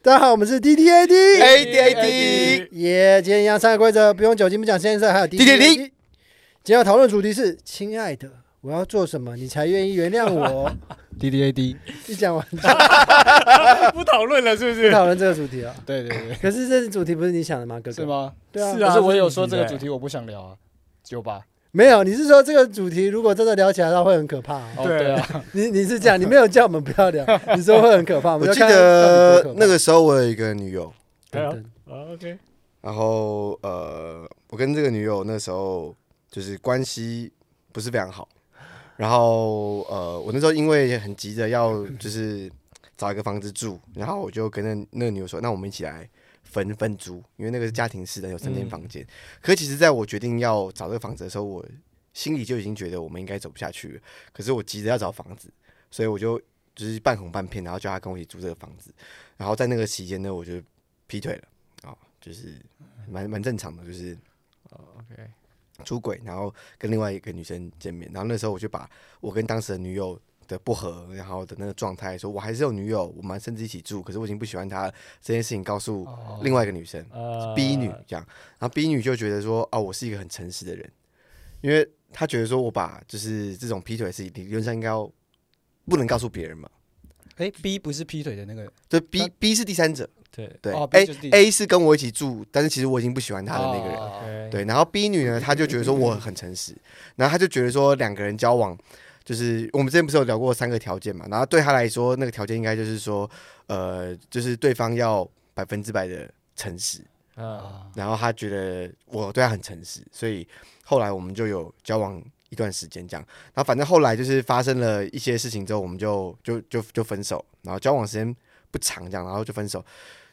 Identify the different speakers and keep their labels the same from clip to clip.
Speaker 1: 大家好，我们是 D T A D，
Speaker 2: A D A D，
Speaker 1: 耶今天一样三个规则，不用酒精，不讲现色，还有 D
Speaker 2: DTAD
Speaker 1: 今天要讨论主题是：亲爱的，我要做什么你才愿意原谅我？
Speaker 3: D D A D，
Speaker 1: 一讲完就
Speaker 2: 不讨论了是不是？
Speaker 1: 讨论这个主题啊。
Speaker 3: 对对对，
Speaker 1: 可是这主题不是你想的吗，哥 哥？
Speaker 3: 是？吗？
Speaker 1: 对啊，
Speaker 2: 是啊
Speaker 3: 可是我有说这个
Speaker 2: 这是
Speaker 3: 主
Speaker 2: 你
Speaker 3: 题我不想聊啊，有吧？
Speaker 1: 没有，你是说这个主题如果真的聊起来的话会很可怕、啊？
Speaker 3: 哦，
Speaker 2: 对
Speaker 3: 对 啊，
Speaker 1: 你你是这样，你没有叫我们不要聊，你说会很可怕，我
Speaker 4: 我
Speaker 1: 们
Speaker 4: 记
Speaker 1: 要看到底
Speaker 4: 得
Speaker 1: 多可怕
Speaker 4: 那个时候我有一个女友，
Speaker 2: 哎呦
Speaker 1: 等等
Speaker 2: 啊 OK，
Speaker 4: 然后呃，我跟这个女友那时候就是关系不是非常好，然后呃，我那时候因为很急着要就是找一个房子住，然后我就跟那那个女友说，那我们一起来分分租，因为那个是家庭式的，有三间房间。可其实在我决定要找这个房子的时候，我心里就已经觉得我们应该走不下去了，可是我急着要找房子，所以我就就是半哄半骗，然后叫她跟我一起租这个房子，然后在那个期间呢，我就劈腿了。哦，就是蛮蛮正常的，就是
Speaker 2: 哦 OK，
Speaker 4: 出轨，然后跟另外一个女生见面，然后那时候我就把我跟当时的女友的不和，然后的那个状态，说我还是有女友，我们甚至一起住，可是我已经不喜欢她了这件事情，告诉
Speaker 3: 哦
Speaker 4: 另外一个女生、
Speaker 2: 呃
Speaker 4: B 女这样，然后 B 女就觉得说，哦，我是一个很诚实的人，因为她觉得说我把就是这种劈腿的事情理论上应该要不能告诉别人嘛，
Speaker 3: 哎，B 不是劈腿的那个，
Speaker 4: 就 B
Speaker 3: 那
Speaker 4: B 是第三者，
Speaker 2: 对
Speaker 4: 对、
Speaker 3: 哦
Speaker 4: A
Speaker 3: B 就是第
Speaker 4: A 是跟我一起住，但是其实我已经不喜欢她的那个人。
Speaker 3: 人，
Speaker 2: ，OK，
Speaker 4: 对，然后 B 女呢，她就觉得说我很诚实，然后她就觉得说两个人交往，就是我们之前不是有聊过三个条件嘛，然后对她来说，那个条件应该就是说，呃，就是对方要百分之百的诚实，
Speaker 2: 啊，
Speaker 3: 啊，
Speaker 4: 然后她觉得我对她很诚实，所以后来我们就有交往一段时间这样，然后反正后来就是发生了一些事情之后，我们就就就就分手，然后交往时间不长这样，然后就分手，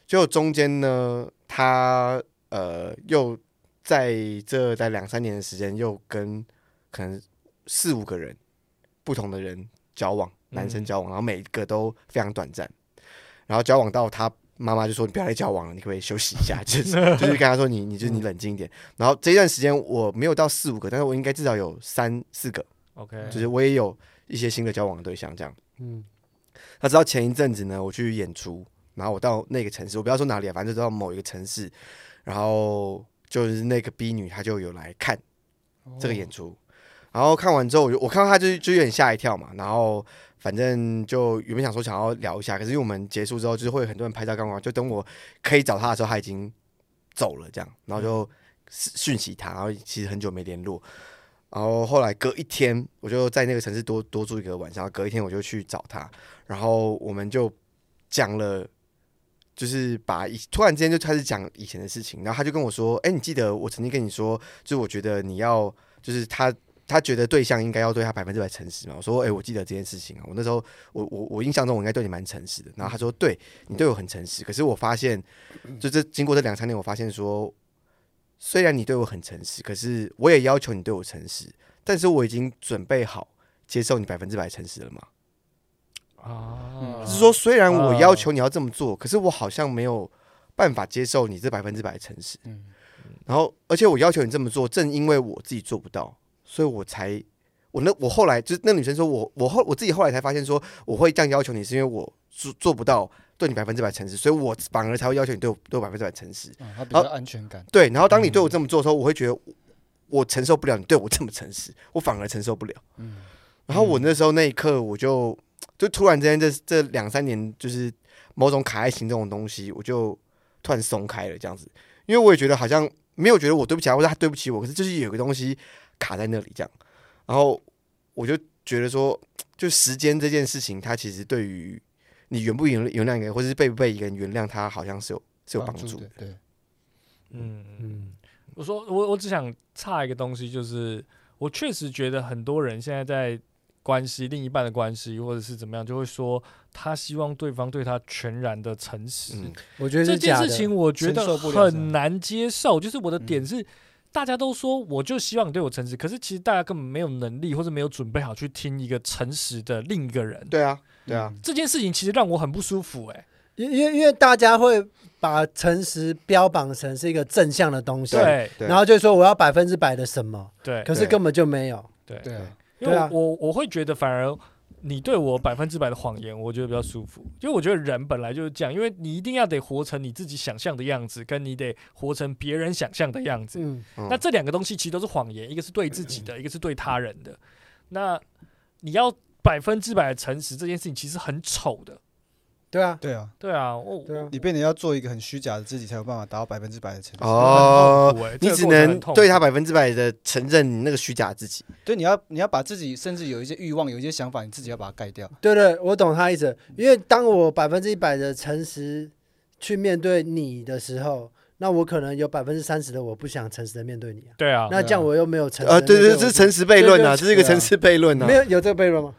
Speaker 4: 就中间呢，她呃又在这在两三年的时间，又跟可能四五个人不同的人交往，男生交往，然后每一个都非常短暂，然后交往到她妈妈就说：“你不要再交往了，你可不可以休息一下？”就是就是跟她说你：“你就是你冷静一点。”然后这一段时间我没有到四五个，但是我应该至少有三四个，
Speaker 2: OK，
Speaker 4: 就是我也有一些新的交往的对象这样。
Speaker 1: 嗯，
Speaker 4: 他知道前一阵子呢，我去演出，然后我到那个城市，我不要说哪里啊，反正就到某一个城市，然后就是那个 B 女她就有来看
Speaker 3: 哦
Speaker 4: 这个演出，然后看完之后，我就我看到她就是就有点吓一跳嘛，然后反正就原本想说想要聊一下，可是因为我们结束之后，就是会有很多人拍照干嘛，就等我可以找她的时候，她已经走了这样，然后就私讯息她，然后其实很久没联络。然后后来隔一天，我就在那个城市多多住一个晚上。隔一天我就去找她，然后我们就讲了，就是把以突然之间就开始讲以前的事情，然后他就跟我说：“哎，你记得我曾经跟你说，就是我觉得你要，就是他他觉得对象应该要对他百分之百诚实嘛。”我说：“哎，我记得这件事情啊，我那时候我我我印象中我应该对你蛮诚实的。”然后他说：“对你对我很诚实，可是我发现，就这经过这两三年，我发现说，虽然你对我很诚实，可是我也要求你对我诚实，但是我已经准备好接受你百分之百诚实了嘛。”
Speaker 2: 啊，
Speaker 4: 嗯是说，虽然我要求你要这么做，可是我好像没有办法接受你这百分之百诚实。
Speaker 3: 嗯，
Speaker 4: 然后，而且我要求你这么做，正因为我自己做不到，所以我才我那我后来就是那女生说我我后我自己后来才发现说我会这样要求你，是因为我做做不到对你百分之百诚实，所以我反而才会要求你对我对我百分之百诚实。
Speaker 3: 嗯他比较安全感，
Speaker 4: 对，然后当
Speaker 3: 嗯
Speaker 4: 你对我这么做的时候，我会觉得我我承受不了你对我这么诚实，我反而承受不了。
Speaker 3: 嗯，
Speaker 4: 然后我那时候那一刻，我就就突然之间这这两三年，就是某种卡在心中的东西，我就突然松开了这样子，因为我也觉得好像没有觉得我对不起他，或者他对不起我，可是就是有个东西卡在那里这样，然后我就觉得说，就时间这件事情，它其实对于你原不原原谅一个人，或者是被不被一个人原谅，它好像是有是有帮助
Speaker 3: 的
Speaker 4: 的。，
Speaker 3: 对，
Speaker 2: 嗯嗯，
Speaker 1: 嗯，
Speaker 2: 我说我我只想差一个东西，就是我确实觉得很多人现在在关系另一半的关系或者是怎么样，就会说他希望对方对他全然的诚实，
Speaker 4: 嗯，
Speaker 1: 我觉得
Speaker 2: 这
Speaker 1: 是
Speaker 2: 件
Speaker 1: 假
Speaker 2: 事
Speaker 1: 的
Speaker 2: 情我觉
Speaker 3: 承
Speaker 2: 得
Speaker 3: 受不了
Speaker 2: 很难接受。就是我的
Speaker 3: 嗯
Speaker 2: 点是，大家都说我就希望你对我诚实，可是其实大家根本没有能力或者没有准备好去听一个诚实的另一个人。
Speaker 4: 对啊，对啊，
Speaker 3: 嗯
Speaker 2: 这件事情其实让我很不舒服、哎，
Speaker 1: 因因为因为大家会把诚实标榜成是一个正向的东西，
Speaker 2: 对
Speaker 4: 对
Speaker 1: 然后就说我要百分之百的什么，
Speaker 2: 对
Speaker 1: 可是根本就没有。
Speaker 2: 对
Speaker 3: 嗯，对啊，
Speaker 2: 因为
Speaker 1: 对啊
Speaker 2: 我我会觉得反而你对我百分之百的谎言，我觉得比较舒服，因为我觉得人本来就是这样，因为你一定要得活成你自己想象的样子，跟你得活成别人想象的样子。
Speaker 1: 嗯，
Speaker 4: 嗯
Speaker 2: 那这两个东西其实都是谎言，一个是对自己的，一个是对他人的。那你要百分之百的诚实，这件事情其实很丑的。
Speaker 1: 对啊，
Speaker 3: 对啊，
Speaker 2: 对啊，我
Speaker 1: 对啊，
Speaker 3: 你变得要做一个很虚假的自己，才有办法达到百分之百的成功。
Speaker 2: 我很
Speaker 4: 哦，
Speaker 2: 痛苦欸
Speaker 4: 你
Speaker 2: 这个
Speaker 4: 只
Speaker 2: 过程
Speaker 4: 能
Speaker 2: 很痛
Speaker 4: 对
Speaker 2: 苦
Speaker 4: 他百分之百的承认你那个虚假的自己。
Speaker 3: 对，你要你要把自己甚至有一些欲望、有一些想法，你自己要把它盖掉。
Speaker 1: 对啊对，我懂他意思。因为当我百分之一百的诚实去面对你的时候，那我可能有百分之三十的我不想诚实的面对你啊。
Speaker 2: 对啊，
Speaker 1: 那这样我又没有诚实。
Speaker 4: 呃，对对，这是诚实悖论啊，
Speaker 1: 对对
Speaker 4: 这是一个诚实悖论啊
Speaker 1: 没，有有这个悖论 吗？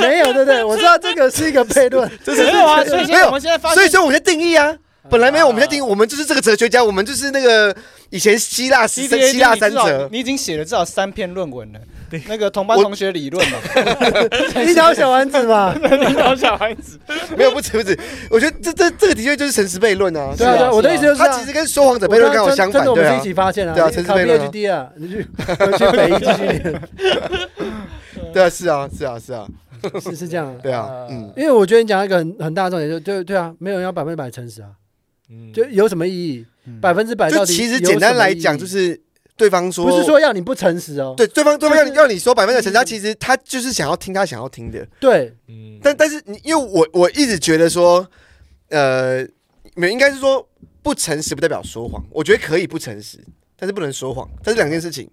Speaker 1: 没有，对不对？我知道这个是一个悖论。
Speaker 4: 这 是
Speaker 3: 没有啊，所以现
Speaker 4: 没
Speaker 3: 在我
Speaker 4: 有，
Speaker 3: 们现在发
Speaker 4: 所以
Speaker 3: 现，
Speaker 4: 说我们在定义啊。本来没有，我们在定义，
Speaker 2: 啊
Speaker 4: 我们就是这个哲学家，我们就是那个以前希腊希
Speaker 3: CDA
Speaker 4: 希腊
Speaker 3: 你至
Speaker 4: 三
Speaker 3: 少
Speaker 4: 哲。
Speaker 3: 你已经写了至少三篇论文了。那个同班同学理论嘛，
Speaker 1: 一条小丸子 嘛，
Speaker 4: 啊
Speaker 2: 你好小孩子，
Speaker 4: 没有，不止不止，我觉得这这这个的确就是诚实悖论啊。
Speaker 1: 对啊，对
Speaker 3: 是啊
Speaker 1: 啊，我的意思就是啊，
Speaker 4: 他其实跟说谎者
Speaker 1: 我
Speaker 4: 悖
Speaker 1: 刚
Speaker 4: 论
Speaker 1: 刚
Speaker 4: 刚好
Speaker 1: 真
Speaker 4: 相
Speaker 1: 真
Speaker 4: 反，
Speaker 1: 的我
Speaker 4: 对
Speaker 1: 们是一
Speaker 4: 啊，
Speaker 1: 起发现啊，
Speaker 4: 对啊
Speaker 1: 你
Speaker 4: 陈思
Speaker 1: 考
Speaker 4: 贝伦啊
Speaker 1: PhD 啊，你去回去北医继续 念，
Speaker 4: 对啊，是啊，是啊，是啊，
Speaker 1: 是是这样啊。
Speaker 4: 对啊，嗯，
Speaker 1: 因为我觉得你讲到一个很很大的重点，就对对啊，没有人要百分之百诚实啊，
Speaker 2: 嗯
Speaker 1: 就有什么意义？
Speaker 3: 嗯
Speaker 1: 百分之百
Speaker 4: 就
Speaker 1: 呃到底
Speaker 4: 其实
Speaker 1: 有什么
Speaker 4: 简单来
Speaker 1: 意
Speaker 4: 讲，
Speaker 1: 义
Speaker 4: 就是对方说，
Speaker 1: 不是说要你不诚实哦，
Speaker 4: 对对方对方
Speaker 1: 就
Speaker 4: 要
Speaker 1: 是
Speaker 4: 你要你说百分之百诚实，他其实他就是想要听他想要听的，
Speaker 1: 对
Speaker 2: 嗯
Speaker 4: 但但是你因为我我一直觉得说，呃，没有应该是说不诚实不代表说谎，我觉得可以不诚实，但是不能说谎，这是两件事情。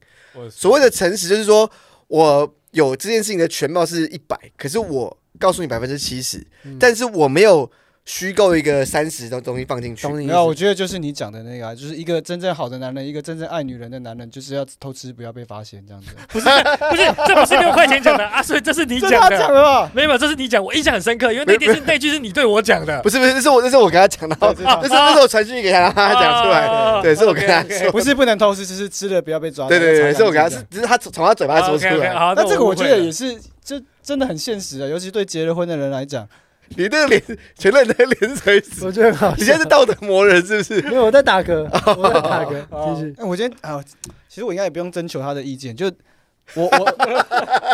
Speaker 4: 所谓
Speaker 2: 的
Speaker 4: 的诚实就是说我有这件事情的全貌是一百，可是我告诉你百分之七十，
Speaker 1: 嗯
Speaker 4: 但是我没有虚构一个三十的东西放进去。
Speaker 1: 懂你意
Speaker 3: 没有，我
Speaker 1: 思。
Speaker 3: 觉得就是你讲的那个啊，就是一个真正好的男人，一个真正爱女人的男人，就是要偷吃不要被发现这样子。
Speaker 2: 不是，这不是六块钱讲 的啊，所以这是你
Speaker 3: 这
Speaker 2: 讲
Speaker 3: 是他
Speaker 2: 的。
Speaker 3: 的吧？
Speaker 2: 没有，没有这是你讲，我印象很深刻，因为那天是那句是你对我讲的
Speaker 4: 不，是不是，这是我这是我跟他讲的，
Speaker 3: 对
Speaker 4: 那
Speaker 3: 这
Speaker 4: 是
Speaker 3: 是他
Speaker 4: 那是我传讯给他，让他讲出来
Speaker 2: 哦
Speaker 4: 的。对，是我跟他
Speaker 2: OK，OK
Speaker 4: 说，
Speaker 3: 不是不能偷吃，只是吃了不要被抓。
Speaker 4: 对对对，是我给他，
Speaker 3: 吃
Speaker 4: 是。只是他从从他嘴巴说出
Speaker 2: o k
Speaker 4: 来。
Speaker 2: 好，
Speaker 3: 那这个
Speaker 2: 啊
Speaker 3: 我
Speaker 2: 误会
Speaker 3: 觉得
Speaker 2: 了
Speaker 3: 也是，这真的很现实啊，尤其对结了婚的人来讲，
Speaker 4: 你那个脸，全认得脸垂死。
Speaker 1: 我觉得很好
Speaker 4: 你现
Speaker 1: 笑
Speaker 4: 在，是道德魔人是不是？
Speaker 1: 没有我在打 嗝，我在打嗝，继续。
Speaker 3: 哎，我今天啊，其实我应该也不用征求他的意见，就我我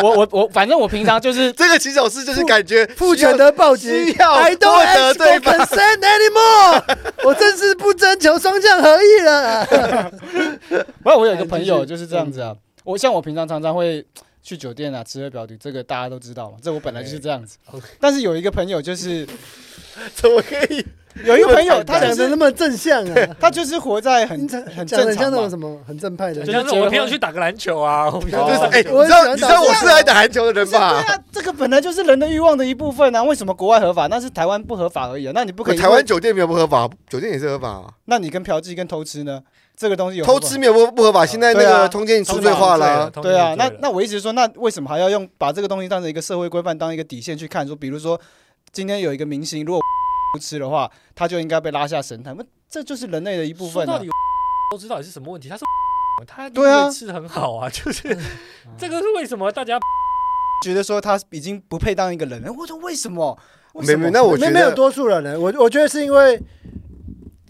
Speaker 3: 我我我，反正我平常 就是
Speaker 4: 这个起手式就是感觉
Speaker 1: 父权的暴击
Speaker 4: 需要
Speaker 1: ，I
Speaker 4: 获
Speaker 1: don't
Speaker 4: 得
Speaker 1: ask
Speaker 4: 对
Speaker 1: for
Speaker 4: 方
Speaker 1: consent anymore，我 真是不征求双向合意了。
Speaker 3: 不是，我有一个
Speaker 1: 哎
Speaker 3: 朋
Speaker 1: 就
Speaker 3: 友
Speaker 1: 是
Speaker 3: 就是这样子啊。我像我平常常常会去酒店啊吃喝嫖赌，这个大家都知道嘛，这我本来就是这样子。但是有一个朋友就是
Speaker 4: 怎么可以？
Speaker 3: 有一个朋友，
Speaker 4: 这么
Speaker 3: 他
Speaker 4: 惨
Speaker 3: 就
Speaker 1: 讲的那
Speaker 3: 是
Speaker 1: 么正向啊，
Speaker 3: 他就是活在很
Speaker 1: 你讲
Speaker 3: 很
Speaker 1: 讲
Speaker 3: 正
Speaker 1: 的像
Speaker 3: 常
Speaker 1: 那种
Speaker 3: 嘛。
Speaker 1: 什么很正派的
Speaker 3: 就
Speaker 2: 很
Speaker 3: 是
Speaker 1: 人，
Speaker 2: 像是
Speaker 3: 结
Speaker 2: 我
Speaker 3: 婚
Speaker 2: 平常去打个篮球啊，我平常
Speaker 4: 就
Speaker 2: 去
Speaker 4: 是
Speaker 2: 打
Speaker 4: 哎，
Speaker 2: 个
Speaker 4: 你
Speaker 2: 篮
Speaker 1: 我很
Speaker 2: 球
Speaker 4: 知
Speaker 1: 喜欢
Speaker 4: 道你知道
Speaker 1: 打架
Speaker 4: 我是爱打篮球的人吧？
Speaker 3: 对啊，这个本来就是人的欲望的一部分啊！为什么国外合法，但是台湾不合法而已啊？那你不可以因为
Speaker 4: 台湾，酒店没有不合法，酒店也是合法啊。
Speaker 3: 那你跟嫖妓跟偷吃呢？这个东西有
Speaker 4: 偷吃没有不不合法，现在那
Speaker 3: 对啊
Speaker 4: 个通奸
Speaker 3: 通
Speaker 4: 除罪
Speaker 3: 奸
Speaker 4: 化
Speaker 2: 对
Speaker 4: 啦。
Speaker 2: 同意
Speaker 3: 对啊，那
Speaker 2: 了
Speaker 3: 那我一直说，那为什么还要用把这个东西当成一个社会规范，当一个底线去看？说，比如说今天有一个明星，如果不吃的话，他就应该被拉下神坛，那这就是人类的一部分、
Speaker 2: 说
Speaker 3: 啊
Speaker 2: 到。底都知道底是什么问题，他是他
Speaker 3: 对啊
Speaker 2: 因为吃的很好啊，
Speaker 3: 嗯
Speaker 2: 就是这个是为什么大家
Speaker 4: 嗯
Speaker 3: 觉得说他已经不配当一个人了，我说为什么？为
Speaker 4: 没
Speaker 3: 什么
Speaker 4: 没，那我
Speaker 1: 没
Speaker 4: 觉
Speaker 1: 没有
Speaker 4: 得，
Speaker 1: 多数人呢，我我觉得是因为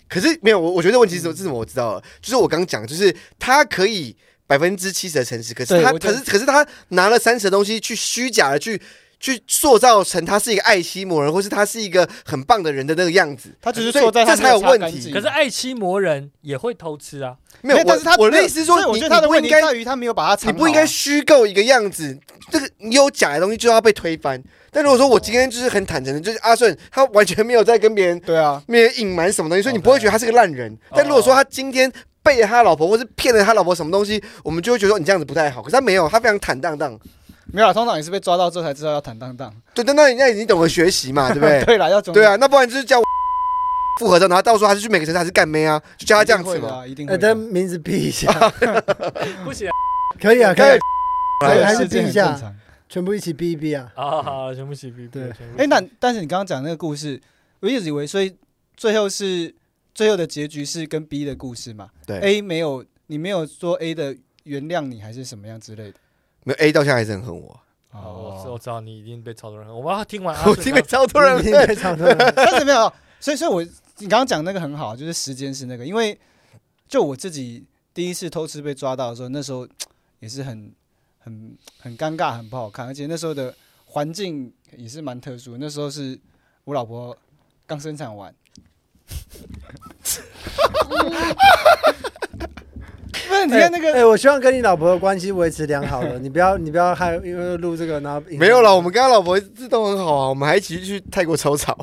Speaker 4: 可是没有我，我觉得问题
Speaker 3: 嗯
Speaker 4: 是什么？是什么？我知道了，就是我刚讲，就是他可以百分之七十的诚实，可是
Speaker 3: 对
Speaker 4: 他
Speaker 3: 我觉
Speaker 4: 可
Speaker 3: 得
Speaker 4: 是可是他拿了三十的东西去虚假的去去塑造成他是一个爱妻魔人，或是他是一个很棒的人的那个样子。
Speaker 3: 他只是
Speaker 4: 所以
Speaker 3: 说在他
Speaker 4: 这才有
Speaker 3: 没擦
Speaker 4: 问
Speaker 3: 干
Speaker 4: 题
Speaker 3: 净
Speaker 2: 可是爱妻魔人也会偷吃 啊，
Speaker 4: 没有，我
Speaker 3: 但是他
Speaker 4: 我
Speaker 3: 没有
Speaker 4: 的意思是说
Speaker 3: 所以，我
Speaker 4: 你
Speaker 3: 觉得他的
Speaker 4: 你不
Speaker 3: 问
Speaker 4: 应
Speaker 3: 题
Speaker 4: 该
Speaker 3: 在于他没有把它藏
Speaker 4: 你
Speaker 3: 好啊。
Speaker 4: 不应该虚构一个样子，这个你有假的东西就要被推翻。但如果说我今天就是很坦诚的，就是阿顺，他完全没有在跟别人
Speaker 3: 对啊，
Speaker 4: 没有隐瞒什么东西，所以你不会觉得他是个烂人。
Speaker 2: 哦
Speaker 4: 但如果说他今天背了他老婆，或是骗了他老婆什么东西，我们就会觉得说你这样子不太好。可是他没有，他非常坦荡荡。
Speaker 3: 没有啊，通常也是被抓到之后才知道要坦荡荡。
Speaker 4: 对，但那那你懂得学习 嘛，对不对？
Speaker 3: 哎对啦，要总
Speaker 4: 对啊，那不然就是叫我复合照，然后到时候他就去每个城市还是干妹啊，就叫他这样子
Speaker 3: 一定会的
Speaker 4: 嘛。
Speaker 3: 啊，一定
Speaker 1: 呃，
Speaker 3: 会的。
Speaker 1: 的名字避一下，
Speaker 2: 不行
Speaker 4: 嗯
Speaker 1: 可以啊，可
Speaker 4: 可
Speaker 1: 以
Speaker 4: 以
Speaker 1: 啊，
Speaker 3: 这个
Speaker 1: 还是
Speaker 3: 事件
Speaker 1: 避
Speaker 3: 很
Speaker 1: 一下
Speaker 3: 正常
Speaker 1: 全部一起避一避啊。
Speaker 2: 啊，好，全部洗皮，
Speaker 1: 对
Speaker 2: 全部洗
Speaker 3: 哎、那但是你刚刚讲那个故事，我一直以为，所以最后是最后的结局是跟 B 的故事嘛？
Speaker 4: 对
Speaker 3: ，A 没有，你没有说 A 的原谅你还是什么样之类的。哦
Speaker 4: 没有 A 到现在还是很恨 我，
Speaker 2: 好哦我知我知道你一定被超多人，我们要听
Speaker 3: 啊
Speaker 2: 完阿
Speaker 4: 哦我
Speaker 2: 顺
Speaker 4: 听被
Speaker 2: 刚
Speaker 4: 超多人
Speaker 1: 一 定
Speaker 4: 恨。
Speaker 1: 非常多人
Speaker 3: 但是没有，所以所以我你刚刚讲那个很好，就是时间是那个，因为就我自己第一次偷吃被抓到的时候，那时候也是很很很尴尬，很不好看，而且那时候的环境也是蛮特殊的。那时候是我老婆刚生产完， 不是你看那
Speaker 1: 哎、
Speaker 3: 个，
Speaker 1: 我希望跟你老婆的关系维持良好的，你不要你不要害，因为录这个然后
Speaker 4: 没有了，我们跟他老婆自动很好啊，我们还一起去泰国抽草。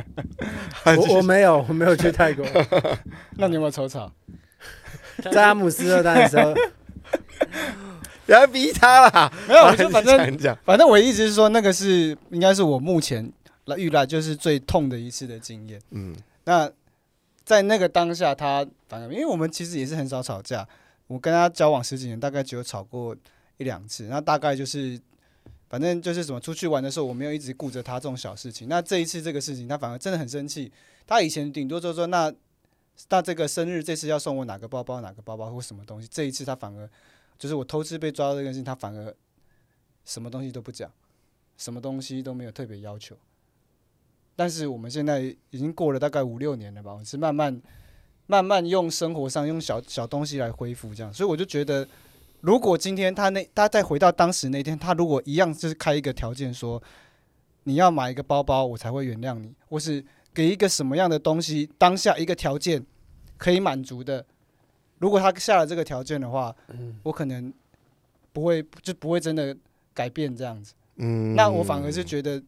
Speaker 1: 我我没有我没有去泰国，
Speaker 3: 那你有没有抽草？
Speaker 1: 在阿姆斯特丹的时候，
Speaker 4: 不要逼他啦，
Speaker 3: 没有， 我就反正
Speaker 4: 正讲，
Speaker 3: 反正我一直是说那个是应该是我目前来遇来就是最痛的一次的经验。
Speaker 4: 嗯，
Speaker 3: 那在那个当下，他反而因为我们其实也是很少吵架，我跟他交往十几年，大概只有吵过一两次。那大概就是，反正就是什么出去玩的时候，我没有一直顾着他这种小事情。那这一次这个事情，他反而真的很生气。他以前顶多就说那那这个生日这次要送我哪个包包、哪个包包或什么东西。这一次他反而就是我偷吃被抓到这件事情，他反而什么东西都不讲，什么东西都没有特别要求。但是我们现在已经过了大概五六年了吧，我是慢慢慢慢用生活上用小小东西来恢复这样，所以我就觉得，如果今天他那他再回到当时那天，他如果一样就是开一个条件说，你要买一个包包我才会原谅你，或是给一个什么样的东西当下一个条件可以满足的，如果他下了这个条件的话，我可能不会就不会真的改变这样子。
Speaker 4: 嗯
Speaker 3: 那我反而是觉得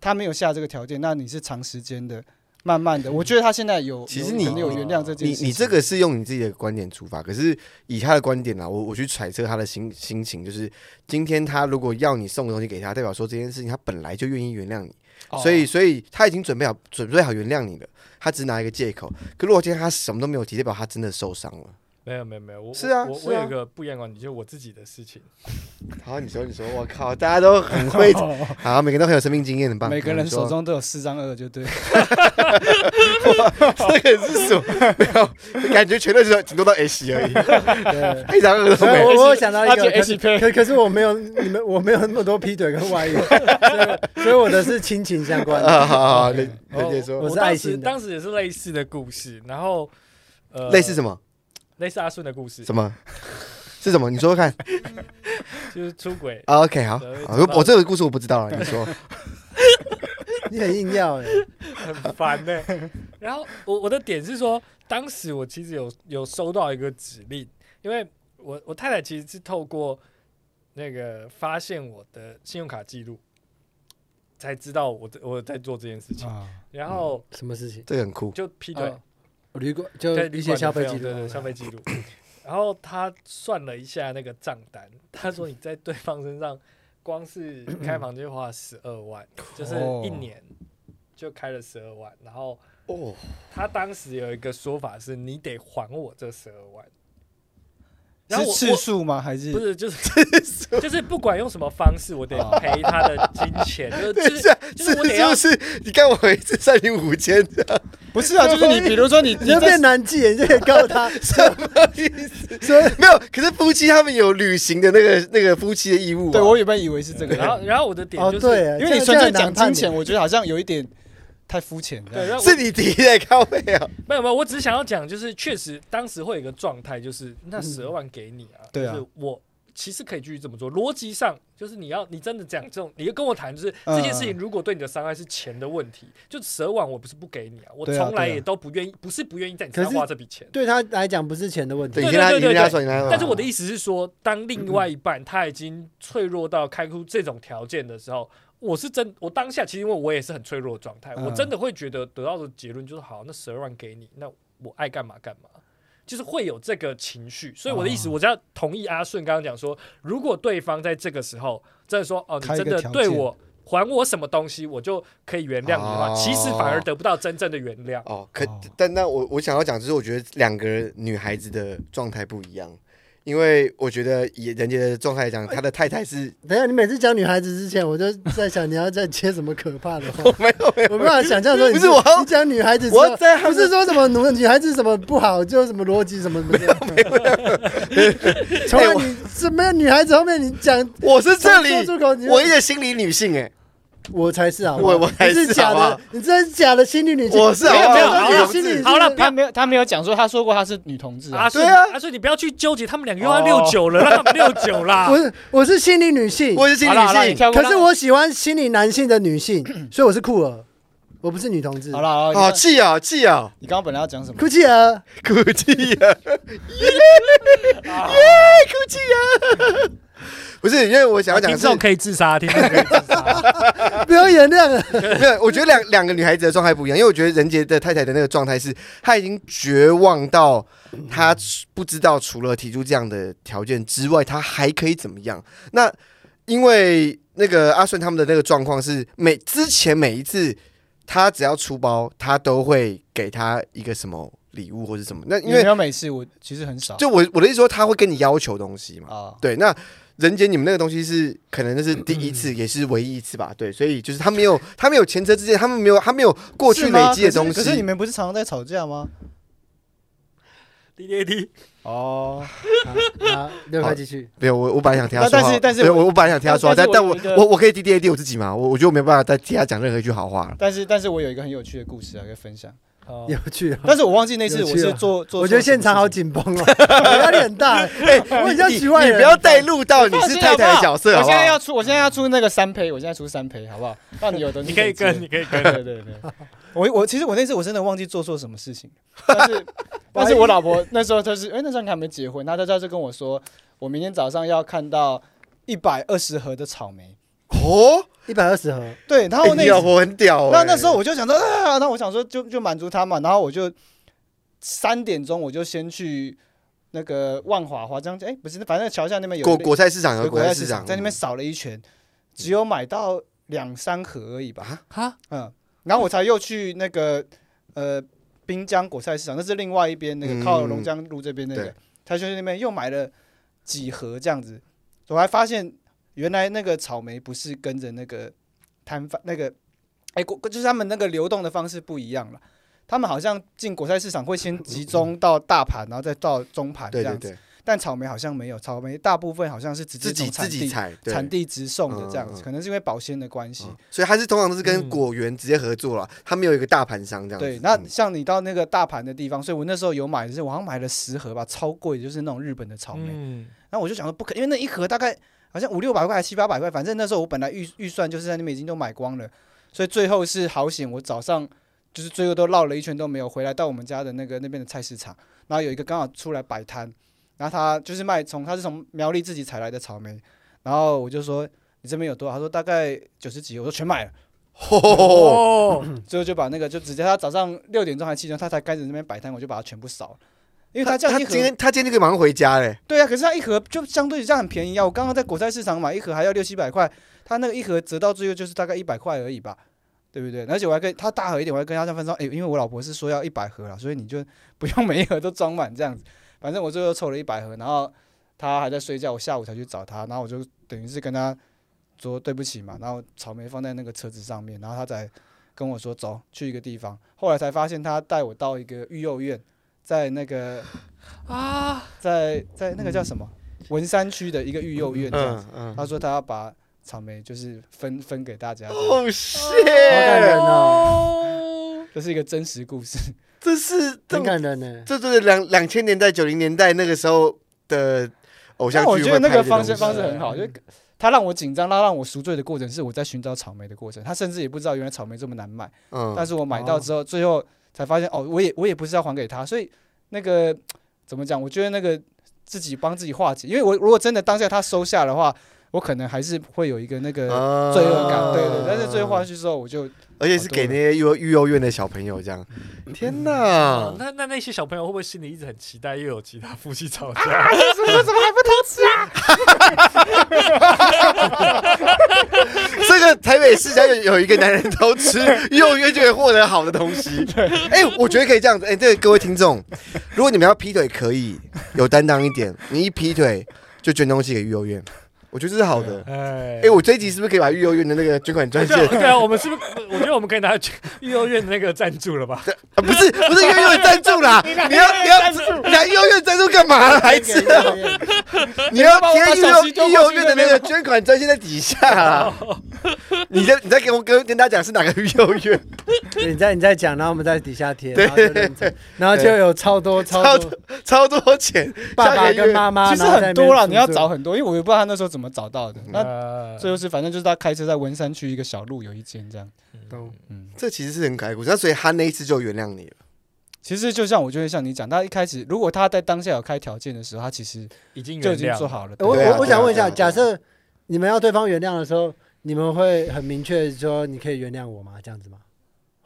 Speaker 3: 他没有下这个条件，那你是长时间的、慢慢的。我觉得他现在有，
Speaker 4: 其实
Speaker 3: 有
Speaker 4: 你啊
Speaker 3: 可能有原谅这件
Speaker 4: 你
Speaker 3: 事情
Speaker 4: 你这个是用你自己的观点出发，可是以他的观点啊啦，我我去揣测他的心心情，就是今天他如果要你送个东西给他，代表说这件事情他本来就愿意原谅你，
Speaker 3: 哦
Speaker 4: 所以所以他已经准备好准备好原谅你了，他只拿一个借口。可如果今天他什么都没有提，代表他真的受伤了。
Speaker 2: 没有没有没有，我
Speaker 4: 是啊
Speaker 2: 我
Speaker 4: 是
Speaker 2: 我
Speaker 4: 啊
Speaker 2: 有一个不一样的观点，就是我自己的事情。
Speaker 4: 好，你说你说，我靠，大家都 很会，好，每个人都很有生命经验，很
Speaker 3: 哦
Speaker 4: 棒。
Speaker 3: 每个
Speaker 4: 好
Speaker 3: 人
Speaker 4: 你说
Speaker 3: 手中都有四张二，就对。
Speaker 4: 这个是什么？没有，感觉全都是顶多到 H 而已，
Speaker 1: 对，
Speaker 4: 一张二都
Speaker 1: 所以
Speaker 4: 没有。
Speaker 1: 我我有想到一
Speaker 3: 他就
Speaker 1: 个，可是啊
Speaker 3: HP
Speaker 1: 可可是我没有你们，我没有那么多劈腿跟外遇，所以所以我的是亲情相关的。
Speaker 4: 啊，好好好，你
Speaker 2: 然
Speaker 3: 哦
Speaker 2: 后
Speaker 4: 你说
Speaker 1: 我是
Speaker 2: 当
Speaker 1: 爱
Speaker 2: 时
Speaker 1: 心的
Speaker 2: 当时也是类似的故事，然后呃，
Speaker 4: 类似什
Speaker 2: 么？
Speaker 4: 么
Speaker 2: 类似阿顺的故事，
Speaker 4: 什么是什么？你说说看。
Speaker 2: 就是出轨。
Speaker 4: 啊 OK，好，
Speaker 2: 对
Speaker 4: 好我我这个故事我不知道了，你说。
Speaker 1: 你很硬要哎、
Speaker 2: 很烦 呢、然后我我的点是说，当时我其实有有收到一个指令，因为我我太太其实是透过那个发现我的信用卡记录，才知道我在我在做这件事情，
Speaker 3: 啊，
Speaker 2: 然后
Speaker 1: 什么事情？
Speaker 4: 这个很酷，
Speaker 2: 就劈
Speaker 1: 啊
Speaker 2: 腿，
Speaker 3: 嗯
Speaker 1: 旅馆就
Speaker 2: 对
Speaker 1: 呃一些消费记
Speaker 2: 对
Speaker 1: 录
Speaker 2: 对，消费记录。然后他算了一下那个账单，他说你在对方身上光是开房就花十二万，就是一
Speaker 3: 哦
Speaker 2: 年就开了十二万，然后
Speaker 4: 哦，
Speaker 2: 他当时有一个说法是，你得还我这十二万。然后
Speaker 3: 是
Speaker 2: 我
Speaker 3: 次数吗？还
Speaker 2: 我
Speaker 3: 是
Speaker 2: 不是就是就是不管用什么方式，我得赔他的金钱，就是
Speaker 4: 等
Speaker 2: 就
Speaker 4: 一
Speaker 2: 是
Speaker 4: 下，
Speaker 2: 就是是我得
Speaker 4: 是
Speaker 2: 要
Speaker 4: 不是？你看我一次三零五千，
Speaker 3: 不是 啊？就是你，比如说你，
Speaker 1: 你
Speaker 3: 你
Speaker 1: 就
Speaker 3: 在
Speaker 1: 变难记，你就可以告诉 他
Speaker 4: 什么意思？没有，可是夫妻他们有履行的那个那个夫妻的义务啊。
Speaker 3: 对我原本以为是这
Speaker 2: 然
Speaker 3: 个，
Speaker 2: 后然后我的点
Speaker 1: 哦，
Speaker 2: 就是、
Speaker 1: 对，
Speaker 3: 因为你
Speaker 1: 这
Speaker 3: 纯
Speaker 1: 样
Speaker 3: 粹
Speaker 1: 很难
Speaker 3: 讲
Speaker 1: 判
Speaker 3: 金
Speaker 1: 别
Speaker 3: 钱，我觉得好像有一点太肤浅这
Speaker 2: 对，
Speaker 3: 样。
Speaker 2: 然后
Speaker 4: 是
Speaker 2: 我
Speaker 4: 你提的，靠背啊。
Speaker 2: 没有没有，我只是想要讲，就是确实当时会有一个状态，就是那十二万给你啊，
Speaker 3: 嗯对啊
Speaker 2: 就是我。其实可以继续这么做，逻辑上就是你要你真的讲这种，你要跟我谈，就是
Speaker 3: 嗯
Speaker 2: 这件事情如果对你的伤害是钱的问题，就蛇网我不是不给你啊，我
Speaker 3: 对啊
Speaker 2: 从来
Speaker 3: 对啊
Speaker 2: 也都不愿意，不是不愿意在你
Speaker 1: 可
Speaker 2: 身
Speaker 1: 是
Speaker 2: 上花这笔钱。啊
Speaker 1: 对他来讲不是钱的问
Speaker 4: 对，
Speaker 1: 题
Speaker 4: 你
Speaker 2: 对。
Speaker 4: 跟他，
Speaker 2: 对
Speaker 4: 你
Speaker 2: 对
Speaker 4: 跟他
Speaker 2: 对
Speaker 4: 说，你
Speaker 3: 嗯
Speaker 4: 跟他说。
Speaker 2: 但是我的意思是说，当另外一半他已经脆弱到开出这种条件的时候，我是真，我当下其实因为我也是很脆弱的状态，
Speaker 3: 嗯
Speaker 2: 我真的会觉得得到的结论就是好，那十二万给你，那我爱干嘛干嘛。就是会有这个情绪，所以我的意思，
Speaker 3: 哦
Speaker 2: 我只要同意阿顺刚刚讲说，如果对方在这个时候真的说哦，你
Speaker 3: 开一个
Speaker 2: 真的
Speaker 3: 条件
Speaker 2: 对我还我什么东西，我就可以原谅你的
Speaker 3: 啊
Speaker 2: 话，
Speaker 4: 哦
Speaker 2: 其实反而得不到真正的原谅。
Speaker 4: 哦，可
Speaker 3: 哦
Speaker 4: 但那我我想要讲，就是我觉得两个女孩子的状态不一样，因为我觉得以人家的状态来讲，他的太太是
Speaker 1: 等一下，你每次讲女孩子之前，我就在想你要再接什么可怕的话，
Speaker 4: 没有没有，
Speaker 1: 我没办法想象说你
Speaker 4: 不是我要
Speaker 1: 你讲女孩子之后，
Speaker 4: 我在
Speaker 1: 不是说什么女女孩子什么不好，就什么逻辑什么什么 的。从来你是没有女孩子后面你讲
Speaker 4: 哎我是这
Speaker 1: 说
Speaker 4: 里
Speaker 1: 出口，你就
Speaker 4: 唯一的心理女性哎、
Speaker 1: 我才是啊，
Speaker 4: 我我才
Speaker 1: 你是
Speaker 4: 是
Speaker 1: 假
Speaker 4: 好不好
Speaker 1: 的，你这是假的心理女性，
Speaker 4: 我是
Speaker 1: 没有
Speaker 3: 好不
Speaker 1: 没
Speaker 3: 好
Speaker 1: 有
Speaker 3: 好
Speaker 1: 真的
Speaker 4: 了
Speaker 1: 心理女性
Speaker 2: 好了
Speaker 1: 是
Speaker 3: 他没有，他没有讲说，他说过他是女同志啊
Speaker 2: 阿。顺，
Speaker 4: 对啊
Speaker 2: 阿顺，你不要去纠结，他们两个又要六九了，让他们六九啦。
Speaker 1: 我是我是心理女性，
Speaker 4: 哎我是心
Speaker 3: 好啦好啦你
Speaker 4: 理性。
Speaker 3: 哎跳过
Speaker 1: 可是我喜欢心理男性的女 性，所以我是酷儿，我不是女同志。
Speaker 3: 好了好
Speaker 4: 好
Speaker 3: 了，
Speaker 4: 气啊气啊，
Speaker 3: 你刚刚本来要讲什么？
Speaker 1: 酷气儿，
Speaker 4: 哭泣啊，耶耶，哭泣啊！不是，因为我想要讲
Speaker 2: 啊哦听
Speaker 4: 的是
Speaker 2: 众，可以自杀，听众可以自 杀。
Speaker 1: 不要原谅了。
Speaker 4: 没有，我觉得两两个女孩子的状态不一样，因为我觉得任杰的太太的那个状态是，她已经绝望到她不知道除了提出这样的条件之外，她还可以怎么样。那因为那个阿顺他们的那个状况是，每之前每一次他只要出包，他都会给他一个什么礼物或者什么。那因
Speaker 3: 你
Speaker 4: 为
Speaker 3: 没有每次，我其实很少。
Speaker 4: 就我我的意思说，他会跟你要求东西嘛。
Speaker 3: 啊，
Speaker 4: 对，那人杰，你们那个东西是可能那是第一
Speaker 3: 嗯
Speaker 4: 次，也是唯一一次吧？对，所以就是他没有，他没有前车之鉴，他们没有，他没有过去
Speaker 3: 是吗
Speaker 4: 累积的东西。
Speaker 3: 可是可是你们不是常常在吵架吗？
Speaker 2: D D D，
Speaker 3: 哦，
Speaker 1: 好，六块继续。
Speaker 4: 没有，我我本来想听他
Speaker 3: 那
Speaker 4: 说
Speaker 3: 但
Speaker 4: 好，
Speaker 3: 是但是
Speaker 4: 对
Speaker 3: 我
Speaker 4: 我我本来想听他说好，但
Speaker 3: 但
Speaker 4: 但
Speaker 3: 但是我有
Speaker 4: 我
Speaker 3: 一个
Speaker 4: 我我可以 D D A D 我自己吗？我我觉得我没有办法再替他讲任何一句好话 了。
Speaker 3: 但是但是我有一个很有趣的故事啊，可以分享。
Speaker 1: 有趣哦，
Speaker 3: 但是我忘记那次
Speaker 1: 有趣
Speaker 3: 我是
Speaker 1: 啊
Speaker 3: 做做，
Speaker 1: 我觉得现场好。紧绷哦， 我压力很大。哎，我很像
Speaker 4: 你
Speaker 1: 局外
Speaker 4: 你
Speaker 1: 人，
Speaker 4: 不要带入到你
Speaker 3: 放
Speaker 4: 是
Speaker 3: 心
Speaker 4: 太太的
Speaker 3: 好不好
Speaker 4: 角色，
Speaker 3: 我
Speaker 4: 好不
Speaker 3: 现在要
Speaker 4: 好？
Speaker 3: 出，我现在要出那个三胚，我现在出三胚，好不好？让你有的
Speaker 2: 你可以跟， 你可以
Speaker 3: 对
Speaker 2: 跟。
Speaker 3: 对对对， 我我其实我那次我真的忘记做错什么事 情，但是但是我老婆那时候就是，哎、那时候你还没结婚，那她她就跟我说，我明天早上要看到一百二十盒的草莓。
Speaker 4: 哦，
Speaker 1: 一百二十盒，
Speaker 3: 对，然
Speaker 4: 哎
Speaker 3: 后那、
Speaker 4: 你老婆很屌。
Speaker 3: 那
Speaker 4: 哎
Speaker 3: 那时候我就想说，啊，那我想说就就满足她嘛，然后我就三点钟我就先去那个万华华江街，哎、不是，反正桥下那边有
Speaker 4: 果
Speaker 3: 一个
Speaker 4: 果菜市场
Speaker 3: 有
Speaker 4: 有
Speaker 3: 一个国
Speaker 4: 菜
Speaker 3: 外
Speaker 4: 市
Speaker 3: 市
Speaker 4: 场
Speaker 3: 场，在那边扫了一圈，只有买到两三盒而已吧。
Speaker 2: 哈，
Speaker 3: 嗯，然后我才又去那个呃滨江果菜市场，那是另外一边那
Speaker 4: 嗯
Speaker 3: 个靠龙江路这边那
Speaker 4: 对
Speaker 3: 个，他就去那边又买了几盒这样子，我还发现原来那个草莓不是跟着那个摊贩那个，哎、果就是他们那个流动的方式不一样了。他们好像进果菜市场会先集中到大盘，然后再到中盘这
Speaker 4: 对
Speaker 3: 样
Speaker 4: 对
Speaker 3: 子。
Speaker 4: 对，
Speaker 3: 但草莓好像没有，草莓大部分好像是直接
Speaker 4: 自己
Speaker 3: 从
Speaker 4: 自
Speaker 3: 产
Speaker 4: 己
Speaker 3: 地
Speaker 4: 采对
Speaker 3: 产地直送的这样
Speaker 4: 嗯
Speaker 3: 子，
Speaker 4: 嗯嗯
Speaker 3: 可能是因为保鲜的关系。
Speaker 4: 嗯所以他是通常都是跟
Speaker 2: 嗯
Speaker 4: 果园直接合作了，他们有一个大盘商这样子。
Speaker 3: 对，那
Speaker 4: 嗯
Speaker 3: 像你到那个大盘的地方，所以我那时候有买，就是我好像买了十盒吧，超贵，就是那种日本的草莓。
Speaker 2: 嗯，
Speaker 3: 然后我就想说不可，因为那一盒大概好像五六百块，还七八百块，反正那时候我本来预预算就是在那边已经都买光了，所以最后是好险，我早上就是最后都绕了一圈都没有回来，到我们家的那个那边的菜市场，然后有一个刚好出来摆摊，然后他就是卖从他是从苗栗自己采来的草莓，然后我就说你这边有多少？他说大概九十几，我说全买了。
Speaker 4: 哦，
Speaker 2: 哦，
Speaker 3: 最后就把那个就直接他早上六点钟还七点钟他才开始那边摆摊，我就把它全部扫了，因为他这样
Speaker 4: 他
Speaker 3: 一
Speaker 4: 今
Speaker 3: 盒
Speaker 4: 天他今天就可以马上回家嘞。
Speaker 3: 对啊，可是他一盒就相对这样很便宜啊，我刚刚在果菜市场买一盒还要六七百块，他那个一盒折到最后就是大概一百块而已吧。对不对？而且我还跟他大盒一点，我还跟他这样分说，哎、因为我老婆是说要一百盒了，所以你就不用每一盒都装满这样子。反正我最后凑了一百盒，然后他还在睡觉，我下午才去找他，然后我就等于是跟他说对不起嘛，然后草莓放在那个车子上面，然后他才跟我说走去一个地方。后来才发现他带我到一个育幼院，在那个
Speaker 2: 啊，
Speaker 3: 在在那个叫什么文山区的一个育幼院这样子。
Speaker 4: 嗯嗯。
Speaker 3: 他说他要把草莓就是分分给大家这样，
Speaker 4: 哦，
Speaker 1: 好感人
Speaker 4: shit！
Speaker 1: 哦，
Speaker 3: 这是一个真实故事。
Speaker 4: 这是这
Speaker 1: 很感人呢。
Speaker 4: 这就是两两千年代九零年代那个时候的偶
Speaker 3: 但
Speaker 4: 像剧
Speaker 3: 我
Speaker 4: 会
Speaker 3: 觉得那
Speaker 4: 拍
Speaker 3: 个
Speaker 4: 的
Speaker 3: 方式
Speaker 4: 东
Speaker 3: 方
Speaker 4: 西
Speaker 3: 式很好，就他让我紧张，他让我赎罪的过程是我在寻找草莓的过程。他甚至也不知道原来草莓这么难买，但
Speaker 4: 嗯，
Speaker 3: 是我买到之后，最后才发现哦，我也我也不是要还给他，所以那个怎么讲？我觉得那个自己帮自己化解，因为我如果真的当下他收下的话，我可能还是会有一个那个。
Speaker 4: 啊嗯
Speaker 3: 罪恶感，对哦对，但是最后花，去之后，我就
Speaker 4: 而且是给那些幼育幼院的小朋友这样，
Speaker 3: 嗯
Speaker 4: 天哪！
Speaker 2: 哦那那那些小朋友会不会心里一直很期待又有其他夫妻吵
Speaker 4: 啊
Speaker 2: 架？
Speaker 4: 这个台北市只要有有一个男人偷 吃，幼院就可以获得好的东西。哎、我觉得可以这样子。哎、这个各位听众，如果你们要劈腿，可以有担当一点，你一劈腿就捐东西给育幼院，我觉得这是好的。
Speaker 2: 哎
Speaker 4: 哎、我这一集是不是可以把育幼院的那个捐款 专线
Speaker 2: 对啊，对啊，我们是不是？我觉得我们可以拿去幼儿园的那个赞助了吧？
Speaker 4: 啊，不是不是幼儿园赞助 啦，你要你要拿幼儿园赞助干嘛？白痴 啊！你要贴幼幼儿园的那个捐款专线在底下啦。你再你再给我跟跟大家讲是哪个幼儿园？
Speaker 1: 对你在你在讲，然后我们在底下贴，然后就认证，然后就有超多超
Speaker 4: 超
Speaker 1: 多
Speaker 4: 超多钱，
Speaker 1: 爸
Speaker 4: 下
Speaker 1: 爸
Speaker 4: 个月
Speaker 1: 跟妈妈，
Speaker 3: 其实
Speaker 1: 然后在那
Speaker 3: 很
Speaker 1: 边
Speaker 3: 多啦，
Speaker 1: 助
Speaker 3: 你要
Speaker 1: 阵
Speaker 3: 找很多，因为我也不知道他那时候怎么找到的。那
Speaker 2: 那
Speaker 3: 最后是反正就是他开车在文山区一个小路有一间这样，
Speaker 1: 懂
Speaker 3: 嗯，
Speaker 4: 这其实是很开骨。那所以他那一次就原谅你了，
Speaker 3: 其实就像我就会像你讲，他一开始如果他在当下有开条件的时候，他其实
Speaker 2: 已经
Speaker 3: 就
Speaker 2: 原
Speaker 3: 已经做
Speaker 2: 谅，
Speaker 3: 好了。
Speaker 1: 我
Speaker 4: 对啊
Speaker 1: 我我想问一
Speaker 4: 对
Speaker 1: 下，
Speaker 4: 啊对啊
Speaker 1: 假设你们要对方原谅的时候，你们会很明确说你可以原谅我吗？这样子吗？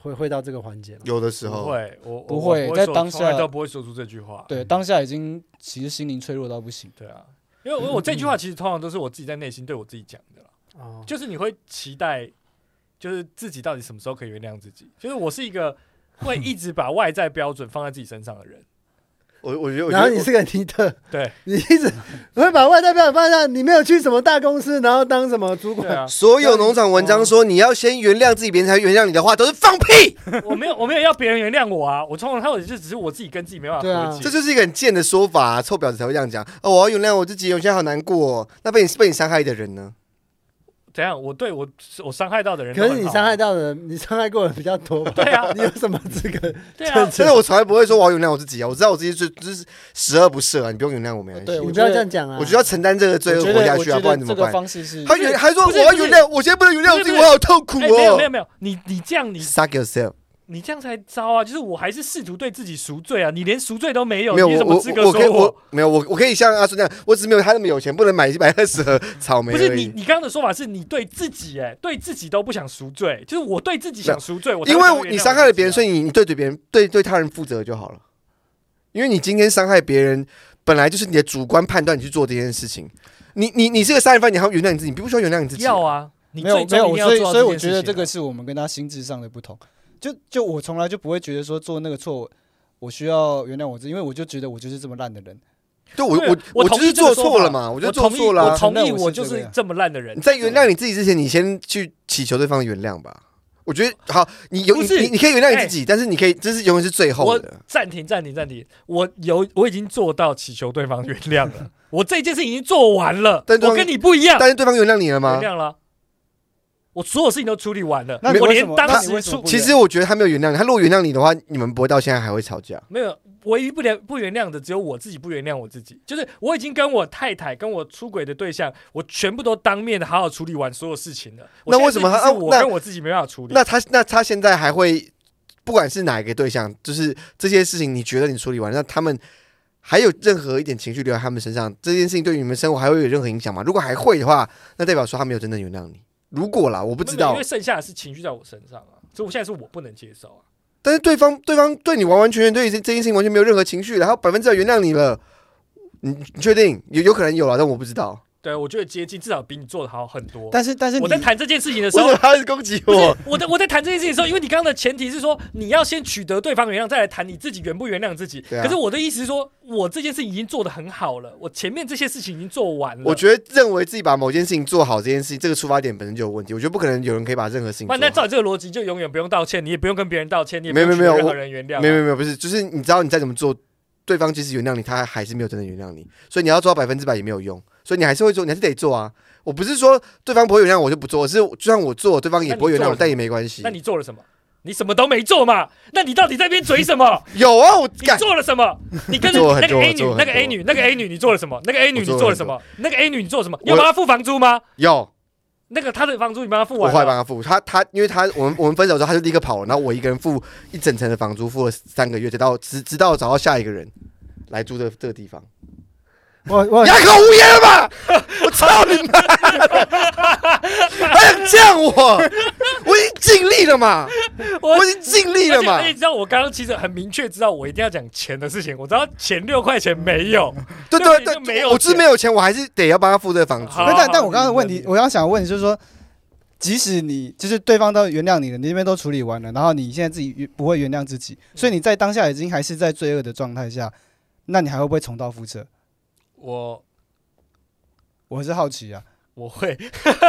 Speaker 1: 会会到这个环节吗？
Speaker 4: 有的时
Speaker 2: 不
Speaker 4: 候
Speaker 2: 会，我我
Speaker 3: 不
Speaker 2: 我
Speaker 3: 会
Speaker 2: 我
Speaker 3: 在
Speaker 2: 说
Speaker 3: 当
Speaker 2: 从来
Speaker 3: 下
Speaker 2: 都不会说出这句话。
Speaker 3: 对，当下已经其实心灵脆弱到不行。
Speaker 2: 对啊，因为我我这句话其实通常都是我自己在内心对我自己讲的啦，
Speaker 1: 哦，
Speaker 2: 就是你会期待，就是自己到底什么时候可以原谅自己，就是我是一个会一直把外在标准放在自己身上的人。
Speaker 4: 我我觉得，我觉
Speaker 1: 然后
Speaker 4: 得
Speaker 1: 你是个尼特，
Speaker 2: 对
Speaker 1: 你一 直你会把外代标准放下，你没有去什么大公司，然后当什么主
Speaker 2: 对
Speaker 1: 管，
Speaker 2: 啊，
Speaker 4: 所有农场文章说你要先原谅自己，别人才原谅你的话，都是放屁。
Speaker 2: 我没有我没有要别人原谅我啊，我从头到尾就只是我自己跟自己没办
Speaker 1: 对
Speaker 2: 法
Speaker 1: 啊
Speaker 2: 和解。
Speaker 4: 这就是一个很贱的说法、臭婊子才会这样讲。哦，我要原谅我自己，我现在好难过、哦。那被你被你伤害的人呢？
Speaker 2: 怎样？我对我我伤害到的人都
Speaker 1: 可
Speaker 2: 很好，啊
Speaker 3: 啊
Speaker 1: 是你伤害到的 人，你伤害过的人比较多 吧？
Speaker 2: 对啊
Speaker 1: 你有什么资格？
Speaker 2: 对啊，
Speaker 4: 真的，我从来不会说我要原谅我自己啊！我知道我自己是就是十恶不赦啊，你不用原谅我没关系
Speaker 3: 对。
Speaker 1: 你
Speaker 3: 我
Speaker 1: 不要
Speaker 3: 觉得
Speaker 1: 这样讲啊！
Speaker 4: 我就要承担这个罪恶
Speaker 3: 我觉
Speaker 4: 活
Speaker 3: 得
Speaker 4: 下
Speaker 3: 我
Speaker 4: 去啊，
Speaker 3: 觉
Speaker 4: 不
Speaker 3: 得
Speaker 4: 然怎么
Speaker 3: 这个
Speaker 4: 办？
Speaker 3: 方式是
Speaker 4: 他原还说
Speaker 2: 不是
Speaker 4: 我要
Speaker 2: 不是
Speaker 4: 原谅，我现在不能原谅我自己，
Speaker 2: 不
Speaker 4: 我
Speaker 2: 是
Speaker 4: 好痛苦
Speaker 2: 哎、没有没有
Speaker 4: 哦。
Speaker 2: 没有，你你这样你
Speaker 4: Suck yourself！
Speaker 2: 你这样才糟啊！就是我还是试图对自己赎罪啊，你连赎罪都没有，
Speaker 4: 没有
Speaker 2: 你有
Speaker 4: 我
Speaker 2: 什么资格
Speaker 4: 我我可以
Speaker 2: 说
Speaker 4: 我没有我我可以像阿顺那样，我只是没有他那么有钱，不能买一百二十盒草莓
Speaker 2: 不
Speaker 4: 而已。
Speaker 2: 是你，你刚刚的说法是你对自己、哎，对自己都不想赎罪，就是我对自己想赎罪，我才
Speaker 4: 因
Speaker 2: 会原谅我啊
Speaker 4: 为你伤害了别人，所
Speaker 2: 以
Speaker 4: 以你你对对别人对对他人负责就好了。因为你今天伤害别人，本来就是你的主观判断，你去做这件事情。你你你是个杀人犯，你还要原谅你自己，你必须要原谅你自己。
Speaker 2: 要啊，你
Speaker 3: 没有
Speaker 2: 最
Speaker 3: 没
Speaker 2: 终一
Speaker 3: 有，
Speaker 2: 定要
Speaker 3: 所以
Speaker 2: 做到
Speaker 3: 所以我
Speaker 2: 件事
Speaker 3: 觉得
Speaker 2: 情
Speaker 3: 这个
Speaker 2: 啊
Speaker 3: 是我们跟他心智上的不同。就就我从来就不会觉得说做那个错，我需要原谅我自己，因为我就觉得我就是这么烂的人。
Speaker 4: 对我
Speaker 2: 对
Speaker 4: 我
Speaker 2: 我
Speaker 4: 就
Speaker 2: 同
Speaker 4: 是
Speaker 2: 意这个
Speaker 4: 做
Speaker 2: 说法
Speaker 4: 错了嘛，我就
Speaker 2: 我
Speaker 4: 做
Speaker 2: 同意
Speaker 4: 错了啊、
Speaker 2: 我同
Speaker 3: 承
Speaker 2: 意，
Speaker 3: 认我
Speaker 2: 我
Speaker 3: 是
Speaker 2: 就
Speaker 3: 这个
Speaker 2: 是
Speaker 3: 样
Speaker 2: 这么烂的人
Speaker 4: 你。在原谅你自己之前，你先去祈求对方原谅吧。我觉得好，你有
Speaker 2: 不
Speaker 4: 你
Speaker 2: 是哎
Speaker 4: 你你可以原谅你自己，但是你可以，这是永远是最后
Speaker 2: 我
Speaker 4: 的。
Speaker 2: 暂停，暂停，暂停，我有我已经做到祈求对方原谅了，我这件事已经做完 了，
Speaker 4: 但对方
Speaker 2: 我跟你不一样，
Speaker 4: 但是对方原谅你了吗
Speaker 2: 原？谅了，我所有事情都处理完了，
Speaker 3: 那你
Speaker 2: 我
Speaker 3: 为什
Speaker 2: 连
Speaker 3: 么那
Speaker 2: 当
Speaker 3: 你
Speaker 2: 时
Speaker 3: 为什么
Speaker 2: 处
Speaker 3: 不
Speaker 4: 其实我觉得他没有原谅你，他如果原谅你的话，你们不会到现在还会吵架。
Speaker 2: 没有，唯一不原不原谅的只有我自己不原谅我自己，就是我已经跟我太太、跟我出轨的对象，我全部都当面的好好处理完所有事情了。
Speaker 4: 那
Speaker 2: 我
Speaker 4: 为什么
Speaker 2: 现在
Speaker 3: 啊
Speaker 4: 他
Speaker 2: 是我
Speaker 4: 那
Speaker 2: 跟我自己没办法处理？
Speaker 4: 那他那他现在还会，不管是哪一个对象，就是这些事情，你觉得你处理完，那他们还有任何一点情绪留在他们身上，这件事情对你们生活还会有任何影响吗？如果还会的话，那代表说他没有真正原谅你。如果啦，我不知
Speaker 2: 没有
Speaker 4: 道
Speaker 2: 因为，剩下的是情绪在我身上啊，所以我现在是我不能接受啊。
Speaker 4: 但是对方对方对你完完全全对这这件事情完全没有任何情绪，然后百分之百原谅你了，你你确定有有可能有了，但我不知道。
Speaker 2: 对，啊我觉得接近至少比你做的好很多。
Speaker 3: 但是但是你
Speaker 2: 我在谈这件事情的时
Speaker 4: 为什
Speaker 2: 候
Speaker 4: 么，他是攻击
Speaker 2: 不是
Speaker 4: 我？
Speaker 2: 我在我在谈这件事情的时候，因为你刚刚的前提是说你要先取得对方原谅，再来谈你自己原不原谅自己。
Speaker 4: 对啊
Speaker 2: 可是我的意思是说，我这件事情已经做得很好了，我前面这些事情已经做完了。
Speaker 4: 我觉得认为自己把某件事情做好这件事情，这个出发点本身就有问题。我觉得不可能有人可以把任何事情
Speaker 2: 那
Speaker 4: 做
Speaker 2: 那
Speaker 4: 好。
Speaker 2: 照你这个逻辑，就永远不用道歉，你也不用跟别人道歉，你也不
Speaker 4: 没有
Speaker 2: 用
Speaker 4: 没有
Speaker 2: 求
Speaker 4: 没有
Speaker 2: 任何
Speaker 4: 我
Speaker 2: 人原谅啊。
Speaker 4: 没有没有没有，不是，就是你知道你再怎么做，对方即使原谅你，他还是没有真的原谅你，所以你要做到百分之百也没有用，所以你还是会做，你还是得做啊。我不是说对方不会原谅我就不做，而是就算我做，对方也不会原谅
Speaker 2: 那你做了什
Speaker 4: 我，
Speaker 2: 么
Speaker 4: 但也没关系
Speaker 2: 那。你做了什么？你什么都没做嘛？那你到底在那边嘴什么？
Speaker 4: 有啊，我
Speaker 2: 你
Speaker 4: 干
Speaker 2: 做了什么？你跟
Speaker 4: 做很
Speaker 2: 那个
Speaker 4: 多
Speaker 2: A 女
Speaker 4: 做、很
Speaker 2: 那个 A
Speaker 4: 多
Speaker 2: 女、那个 A 女，你做了什么？那个 A 女
Speaker 4: 我
Speaker 2: 你
Speaker 4: 做了
Speaker 2: 做了
Speaker 4: 很
Speaker 2: 什
Speaker 4: 多
Speaker 2: 么？那个 A 女你做了什么？
Speaker 4: 我
Speaker 2: 你要帮她付房租吗？
Speaker 4: 有，啊
Speaker 2: 那个她的房租你帮她付
Speaker 4: 我
Speaker 2: 完
Speaker 4: 后来
Speaker 2: 了？
Speaker 4: 帮他付，他他因为他我们我们分手之后，他就立刻跑了，然后我一个人付一整层的房租，付了三个月，直到直直到找到下一个人来住这这个地方。
Speaker 1: 我我
Speaker 4: 哑哎口无言了吧？ 我操你妈哎的！还想降我？我已经尽力了嘛，
Speaker 2: 我
Speaker 4: 我已经尽力了
Speaker 2: 而且
Speaker 4: 嘛
Speaker 2: 而且。你知道，我刚刚其实很明确知道我一定要讲钱的事情，我知道钱六块钱没有，
Speaker 4: 对
Speaker 2: 对
Speaker 4: 对对，
Speaker 2: 就没有
Speaker 4: 我就是
Speaker 2: 钱
Speaker 4: 没有钱，我还是得要帮他付这个房租。
Speaker 2: 好
Speaker 3: 但但但
Speaker 2: 好
Speaker 3: 我刚刚的问
Speaker 2: 你
Speaker 3: 题
Speaker 2: 你，
Speaker 3: 我刚刚想问就是说，即使你就是对方都原谅你了，你那边都处理完了，然后你现在自己原不会原谅自己，所以你在当下已经还是在罪恶的状态下，那你还会不会重蹈覆辙？
Speaker 2: 我
Speaker 3: 我是好奇啊，
Speaker 2: 我会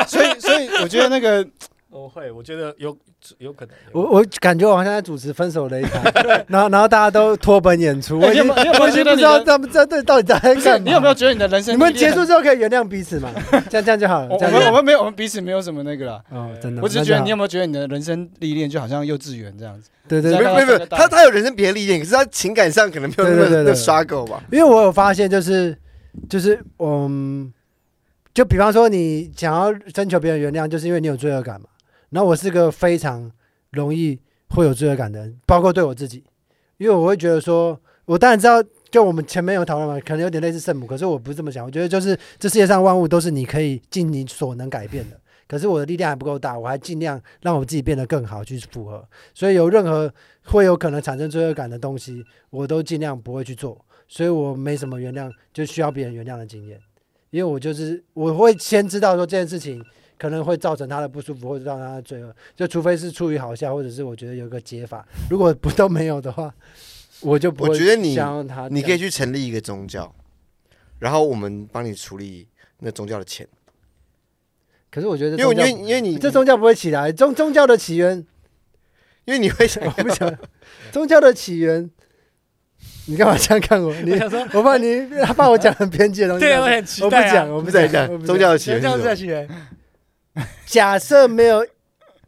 Speaker 3: 所以所以我觉得那个
Speaker 2: 我会，我觉得有有可能。
Speaker 1: 我我感觉我好像在主持《分手擂台》， 然后然后大家都脱本演出，我已
Speaker 3: 哎你
Speaker 1: 经
Speaker 3: 有没有你有没有
Speaker 1: 我已经不知
Speaker 3: 觉得你
Speaker 1: 道
Speaker 3: 的
Speaker 1: 他们这对到底在
Speaker 3: 不是
Speaker 1: 干嘛。
Speaker 3: 你有没有觉得你的人生？
Speaker 1: 你们结束，之后可以原谅彼此嘛？这样这样就好了。
Speaker 3: 我
Speaker 1: 这样
Speaker 3: 我
Speaker 1: 就
Speaker 3: 们我
Speaker 1: 好
Speaker 3: 们没有，我们彼此没有什么那个啦。
Speaker 1: 哦，真的。
Speaker 3: 我只
Speaker 1: 那就
Speaker 3: 是觉得
Speaker 1: 好
Speaker 3: 你有没有觉得你的人生历练就好像幼稚园这样子？
Speaker 1: 对对
Speaker 4: 没
Speaker 1: 对，
Speaker 4: 有没有没有，他他有人生别的历练，可是他情感上可能没有那
Speaker 1: 对对
Speaker 4: 么
Speaker 1: 对对
Speaker 4: 那刷狗吧。
Speaker 1: 因为我有发现，就是就是嗯，就比方说你想要征求别人原谅，就是因为你有罪恶感嘛。然后我是个非常容易会有罪恶感的人，包括对我自己，因为我会觉得说，我当然知道，就我们前面有讨论嘛，可能有点类似圣母，可是我不是这么想，我觉得就是这世界上万物都是你可以尽你所能改变的。可是我的力量还不够大，我还尽量让我自己变得更好去符合，所以有任何会有可能产生罪恶感的东西，我都尽量不会去做。所以我没什么原谅，就需要别人原谅的经验，因为我就是我会先知道说这件事情可能会造成他的不舒服，或者让他的罪恶，就除非是出于好笑，或者是我觉得有个解法，如果不都没有的话，我就不
Speaker 4: 我
Speaker 1: 会
Speaker 4: 觉得你
Speaker 1: 想让他这样，
Speaker 4: 你可以去成立一个宗教，然后我们帮你处理那宗教的钱，
Speaker 1: 可是我觉得
Speaker 4: 因
Speaker 1: 这
Speaker 4: 为
Speaker 1: 宗
Speaker 4: 因
Speaker 1: 教
Speaker 4: 为因为你
Speaker 1: 这宗教不会起来，宗宗教的起 源，
Speaker 4: 因为你会想
Speaker 1: 我不想，宗教的起源，你干嘛这样看我？你
Speaker 2: 我想说，
Speaker 1: 我怕你怕我讲很偏激的东西，
Speaker 2: 对啊，我很期
Speaker 1: 我不
Speaker 2: 待
Speaker 1: 讲，
Speaker 2: 啊。
Speaker 1: 我
Speaker 4: 我
Speaker 1: 不
Speaker 4: 们在
Speaker 1: 讲，我
Speaker 4: 讲
Speaker 1: 不
Speaker 4: 宗
Speaker 1: 讲
Speaker 4: 教的起源是什么？
Speaker 2: 起源，
Speaker 1: 假设没有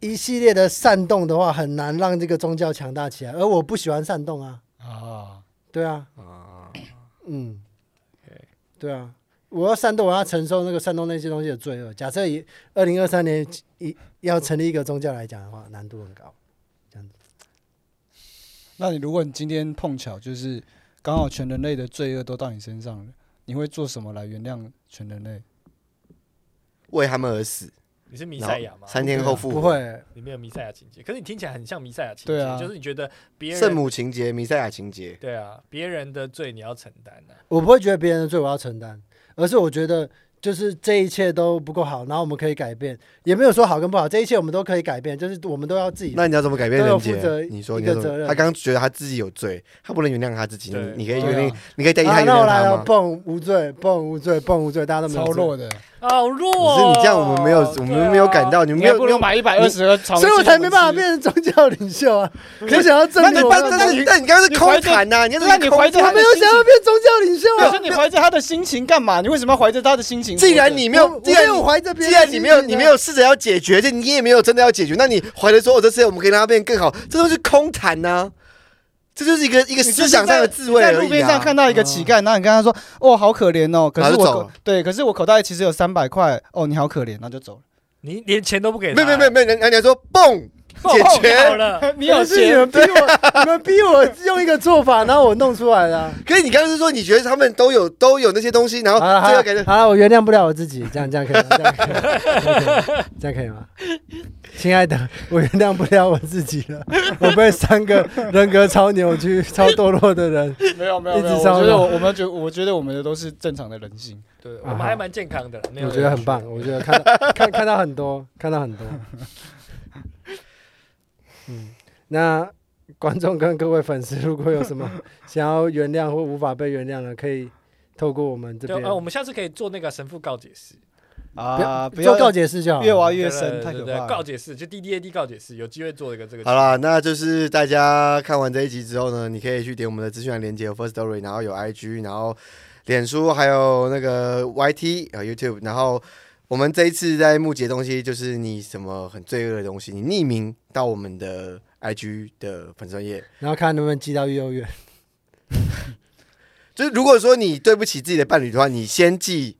Speaker 1: 一系列的煽动的话，很难让这个宗教强大起来。而我不喜欢煽动啊，
Speaker 3: 啊，
Speaker 1: 对啊，
Speaker 4: 啊
Speaker 1: 嗯，对啊，我要煽动，我要承受那个煽动那些东西的罪恶。假设以二零二三年一要成立一个宗教来讲的话，难度很高。
Speaker 3: 那你如果你今天碰巧就是刚好全人类的罪恶都到你身上了，你会做什么来原谅全人类？
Speaker 4: 为他们而死，
Speaker 2: 你是弥
Speaker 4: 然
Speaker 2: 赛亚
Speaker 4: 后
Speaker 2: 吗？
Speaker 4: 三天后复
Speaker 1: 不
Speaker 4: 活。
Speaker 1: 会，
Speaker 2: 你没有弥赛亚情节，可是你听起来很像弥赛亚情
Speaker 3: 对
Speaker 2: 节，
Speaker 3: 啊
Speaker 2: 就是你觉得别人
Speaker 4: 圣母情节、弥赛亚情节，
Speaker 2: 对啊，别人的罪你要承担啊的、
Speaker 1: 我不会觉得别人的罪我要承担，而是我觉得就是这一切都不够好，然后我们可以改变，也没有说好跟不好，这一切我们都可以改变，就是我们都要自己。
Speaker 4: 那你要怎么改变
Speaker 1: 都
Speaker 4: 人
Speaker 1: 有负责
Speaker 4: 杰？你
Speaker 1: 一
Speaker 4: 说，你
Speaker 1: 个
Speaker 4: 要怎
Speaker 1: 责
Speaker 4: 么？
Speaker 1: 任
Speaker 4: 他刚刚觉得他自己有罪，他不能原谅他自己，你
Speaker 2: 对
Speaker 4: 你可以
Speaker 3: 对啊
Speaker 4: 原谅，你可以代替他
Speaker 1: 啊，
Speaker 4: 原
Speaker 1: 那我
Speaker 4: 谅
Speaker 1: 来
Speaker 4: 他
Speaker 1: 了，
Speaker 4: 吗？
Speaker 1: 蹦无罪，蹦无罪，蹦无罪，大家都没有
Speaker 3: 超
Speaker 1: 罪。
Speaker 3: 弱的，
Speaker 2: 好弱、
Speaker 4: 可
Speaker 2: 哦！
Speaker 4: 是你这样，我们没有，我们没有感到，你们没
Speaker 3: 你还
Speaker 4: 有
Speaker 3: 不
Speaker 4: 没有
Speaker 3: 如买一百二十个草莓
Speaker 1: 所以我
Speaker 3: 金
Speaker 1: 才
Speaker 3: 黄
Speaker 1: 没办法
Speaker 3: 鸡
Speaker 1: 变成宗教领袖 啊！我想要证
Speaker 4: 那
Speaker 1: 明
Speaker 4: 你
Speaker 1: 我
Speaker 4: 但
Speaker 1: 没有
Speaker 4: 但
Speaker 1: 我
Speaker 4: 是但你刚刚是空谈呐，你
Speaker 3: 那你 怀着他
Speaker 1: 没
Speaker 3: 的
Speaker 1: 有
Speaker 3: 心
Speaker 1: 想要
Speaker 3: 情，
Speaker 1: 变宗教领袖
Speaker 3: 可是
Speaker 1: 啊！
Speaker 3: 你怀着他的心情干嘛？你为什么要怀着他的心情活着？
Speaker 4: 既然你没有
Speaker 1: 我，
Speaker 4: 既
Speaker 1: 我没
Speaker 4: 然
Speaker 1: 有
Speaker 4: 你
Speaker 1: 怀着别人
Speaker 4: 既
Speaker 1: 的
Speaker 4: 然你
Speaker 1: 心情啊，
Speaker 4: 没有你没有试着要解决，就你也没有真的要解决，那你怀着说我这次我们可以让它变更好，这都是空谈呐、这就是一个
Speaker 3: 你
Speaker 4: 一个
Speaker 3: 就是
Speaker 4: 思想上的智慧
Speaker 3: 在
Speaker 4: 而
Speaker 3: 路
Speaker 4: 已
Speaker 3: 边上看
Speaker 4: 啊。
Speaker 3: 到一个乞丐，然后你跟他说：“哦，好可怜哦。”可
Speaker 4: 然
Speaker 3: 是
Speaker 4: 后就
Speaker 3: 我
Speaker 4: 走
Speaker 3: 口
Speaker 4: 了
Speaker 3: 对，可是我口袋其实有三百块。哦，你好可怜，然后就走
Speaker 2: 你连钱都不给
Speaker 4: 没
Speaker 2: 他，
Speaker 4: 有没 有没有没有，人人家说蹦解
Speaker 2: 好
Speaker 4: 决，
Speaker 2: 了，
Speaker 3: 了。 你
Speaker 1: 可是你们逼我，你们逼我用一个做法，然后我弄出来的啊。
Speaker 4: 可是你刚刚是说你觉得他们都有都有那些东西，然 后
Speaker 1: 好
Speaker 3: 啊
Speaker 1: 了好
Speaker 4: 这个感
Speaker 1: 了
Speaker 4: 觉
Speaker 1: 好了，我原谅不了我自己，这样这样可以 吗？这样可以吗这样可以吗？亲爱的，我原谅不了我自己了，我被三个人格超扭曲、超堕落的人
Speaker 3: 没有没
Speaker 1: 一
Speaker 3: 有
Speaker 1: 直
Speaker 3: 没有，我
Speaker 1: 烧
Speaker 3: 觉
Speaker 1: 脑
Speaker 3: 得我我们觉我觉得我们的都是正常的人性。
Speaker 2: 对我们还蛮健康的啦，没有
Speaker 1: 我觉得很棒，我觉得看到看看到很多，看到很多。嗯，那观众跟各位粉丝，如果有什 么想要原谅或无法被原谅的，可以透过我们这
Speaker 2: 对
Speaker 1: 边
Speaker 2: 啊，我们下次可以做那个神父告解室，
Speaker 3: 啊，不
Speaker 1: 做
Speaker 3: 要
Speaker 1: 告解释就好。
Speaker 3: 越挖
Speaker 2: 对
Speaker 3: 越
Speaker 2: 对
Speaker 3: 深，
Speaker 2: 对
Speaker 3: 太
Speaker 2: 对
Speaker 3: 可
Speaker 2: 对
Speaker 3: 怕
Speaker 2: 告
Speaker 3: 了。
Speaker 2: 解室就 D D A D 告解室，有机会做一个这个。
Speaker 4: 好，啦，那就是大家看完这一集之后呢，你可以去点我们的资讯栏连接有，First Story，然后有 IG，然后脸书，还有那个 YT 啊 YouTube，然后我们这一次在募集的东西就是你什么很罪恶的东西，你匿名到我们的 IG 的粉专页。
Speaker 1: 然后看能不能寄到幼儿园。
Speaker 4: 就是如果说你对不起自己的伴侣的话，你先寄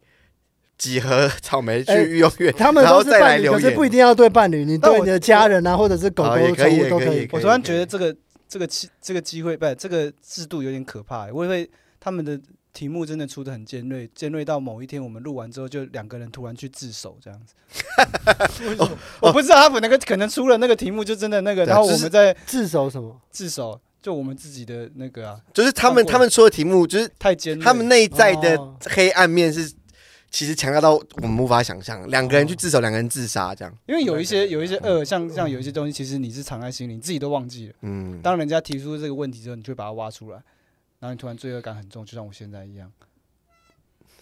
Speaker 4: 几盒草莓去
Speaker 1: 哎
Speaker 4: 育幼院，
Speaker 1: 他们
Speaker 4: 然后
Speaker 1: 都是
Speaker 4: 再来
Speaker 1: 伴侣，
Speaker 4: 留
Speaker 1: 可是
Speaker 4: 言。
Speaker 1: 不一定要对伴侣，你
Speaker 3: 但
Speaker 1: 对
Speaker 3: 我
Speaker 1: 你的家人啊，或者是狗
Speaker 4: 好
Speaker 1: 狗、
Speaker 4: 也可以
Speaker 1: 宠物都
Speaker 4: 也可以
Speaker 1: 可
Speaker 4: 也
Speaker 1: 以。
Speaker 4: 可
Speaker 3: 我
Speaker 4: 以
Speaker 3: 突然觉得这个这个机这个机会不，这个制度有点可怕。欸我以为他们的题目真的出的很尖锐，尖锐到某一天我们录完之后，就两个人突然去自首这样 子。 我不知道他们那个可能出了那个题目就真的那个，
Speaker 4: 对
Speaker 3: 然
Speaker 4: 啊
Speaker 3: 后
Speaker 4: 就
Speaker 3: 我
Speaker 4: 是
Speaker 3: 们在
Speaker 1: 自首什么？
Speaker 3: 自首，就我们自己的那个啊，
Speaker 4: 就是他们
Speaker 3: 放过
Speaker 4: 他们出的题目，就是
Speaker 3: 太尖锐。
Speaker 4: 他们内在的
Speaker 1: 哦
Speaker 4: 黑暗面是其实强大到我们无法想象，两个人去自首，两个人自杀
Speaker 1: 哦
Speaker 4: 这样。
Speaker 3: 因为有一
Speaker 4: 嗯
Speaker 3: 些有一些恶，像像有一些东西，其实你是藏在心里，你自己都忘记了。
Speaker 4: 嗯，
Speaker 3: 当人家提出这个问题之后，你就会把它挖出来，然后你突然罪恶感很重，就像我现在一样。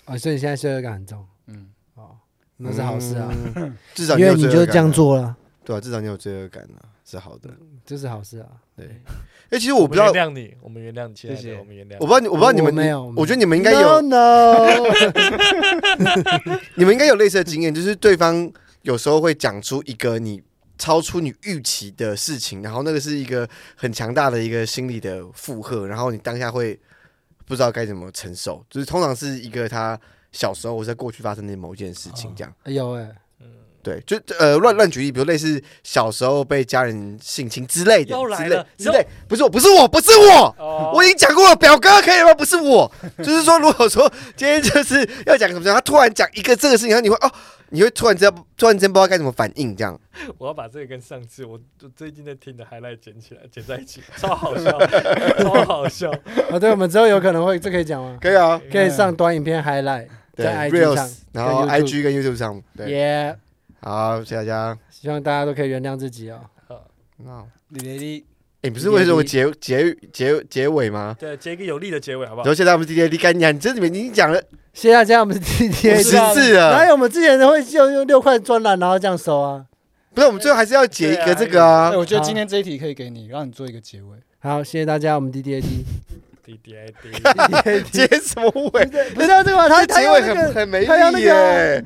Speaker 1: 哦，所以你现在罪恶感很重
Speaker 3: 嗯，
Speaker 1: 哦，那是好事啊，
Speaker 4: 嗯，至 少
Speaker 1: 因为
Speaker 4: 有
Speaker 1: 你
Speaker 4: 罪
Speaker 1: 就
Speaker 4: 恶感
Speaker 1: 这样。做了。
Speaker 4: 对啊，至少你有罪恶感啊，是好的。
Speaker 1: 这是好事啊。
Speaker 4: 对，哎、其实我不知道，
Speaker 2: 们原谅你，我们原谅你，亲爱
Speaker 3: 谢谢
Speaker 2: 的，我们原谅
Speaker 4: 我不
Speaker 2: 你。
Speaker 4: 知道你，我不知道你们，
Speaker 1: 没有，
Speaker 4: 我觉得你们应该有
Speaker 1: No, no
Speaker 4: 你们应该有类似的经验， 就是对方有时候会讲出一个你超出你预期的事情，然后那个是一个很强大的一个心理的负荷，然后你当下会不知道该怎么承受，就是通常是一个他小时候或者在过去发生的某一件事情这样。
Speaker 1: 有哎、
Speaker 4: 对，就呃乱乱举例，比如类似小时候被家人性侵之类的
Speaker 2: 又，来
Speaker 4: 之
Speaker 2: 了
Speaker 4: 类
Speaker 2: 你
Speaker 4: 之
Speaker 2: 又
Speaker 4: 类，不是我，不是我，不是我。
Speaker 2: 哦
Speaker 4: 我已经讲过了，表哥可以了吗？不是我，就是说，如果说今天就是要讲什么，他突然讲一个这个事情，然后你会哦，你会突然知道，突然间不知道该怎么反应，这样
Speaker 2: 我要把这个跟上次我我最近在听的 highlight 剪起来，剪在一起，超好笑，超好笑。
Speaker 1: 啊，对，我们之后有可能会，这可以 讲吗？
Speaker 4: 可以啊。
Speaker 1: 可以上短影片 highlight
Speaker 4: 对
Speaker 1: 在 IG 上
Speaker 4: ，Reels，，然后
Speaker 1: 跟 YouTube
Speaker 4: IG 跟 YouTube 上，对，
Speaker 1: 耶！
Speaker 4: 好，谢谢大家。
Speaker 1: 希望大家都可以原谅自己哦。
Speaker 4: 那
Speaker 3: 李雷利，
Speaker 4: 你不是为什么结结结结尾吗？
Speaker 2: 对，接一个有力的结尾，好不
Speaker 4: 然
Speaker 2: 好
Speaker 4: 后？现在我们 D D D 干你，你这里面已经讲了
Speaker 1: 谢谢大家，我们是 T T
Speaker 4: 五
Speaker 1: A
Speaker 4: 十
Speaker 1: 的。
Speaker 4: 次
Speaker 1: 哪
Speaker 4: 了，
Speaker 1: 有我们之前会就用六块专栏，然后这样收啊？
Speaker 4: 不是？我们最后还是要结一
Speaker 2: 对
Speaker 4: 个
Speaker 2: 啊
Speaker 4: 这个啊
Speaker 3: 哎，。我觉得今天这一题可以给你，让你做一个结尾。
Speaker 1: 好，谢谢大家，我们 D D A D。
Speaker 2: 滴滴滴，
Speaker 4: 结什么尾？
Speaker 1: 不是要这个吗？他啊
Speaker 4: 这
Speaker 1: 他
Speaker 4: 结
Speaker 1: 要
Speaker 4: 尾
Speaker 1: 那
Speaker 4: 很
Speaker 1: 个，
Speaker 4: 很没哎
Speaker 1: 他要那
Speaker 4: 力
Speaker 1: 个
Speaker 4: 耶。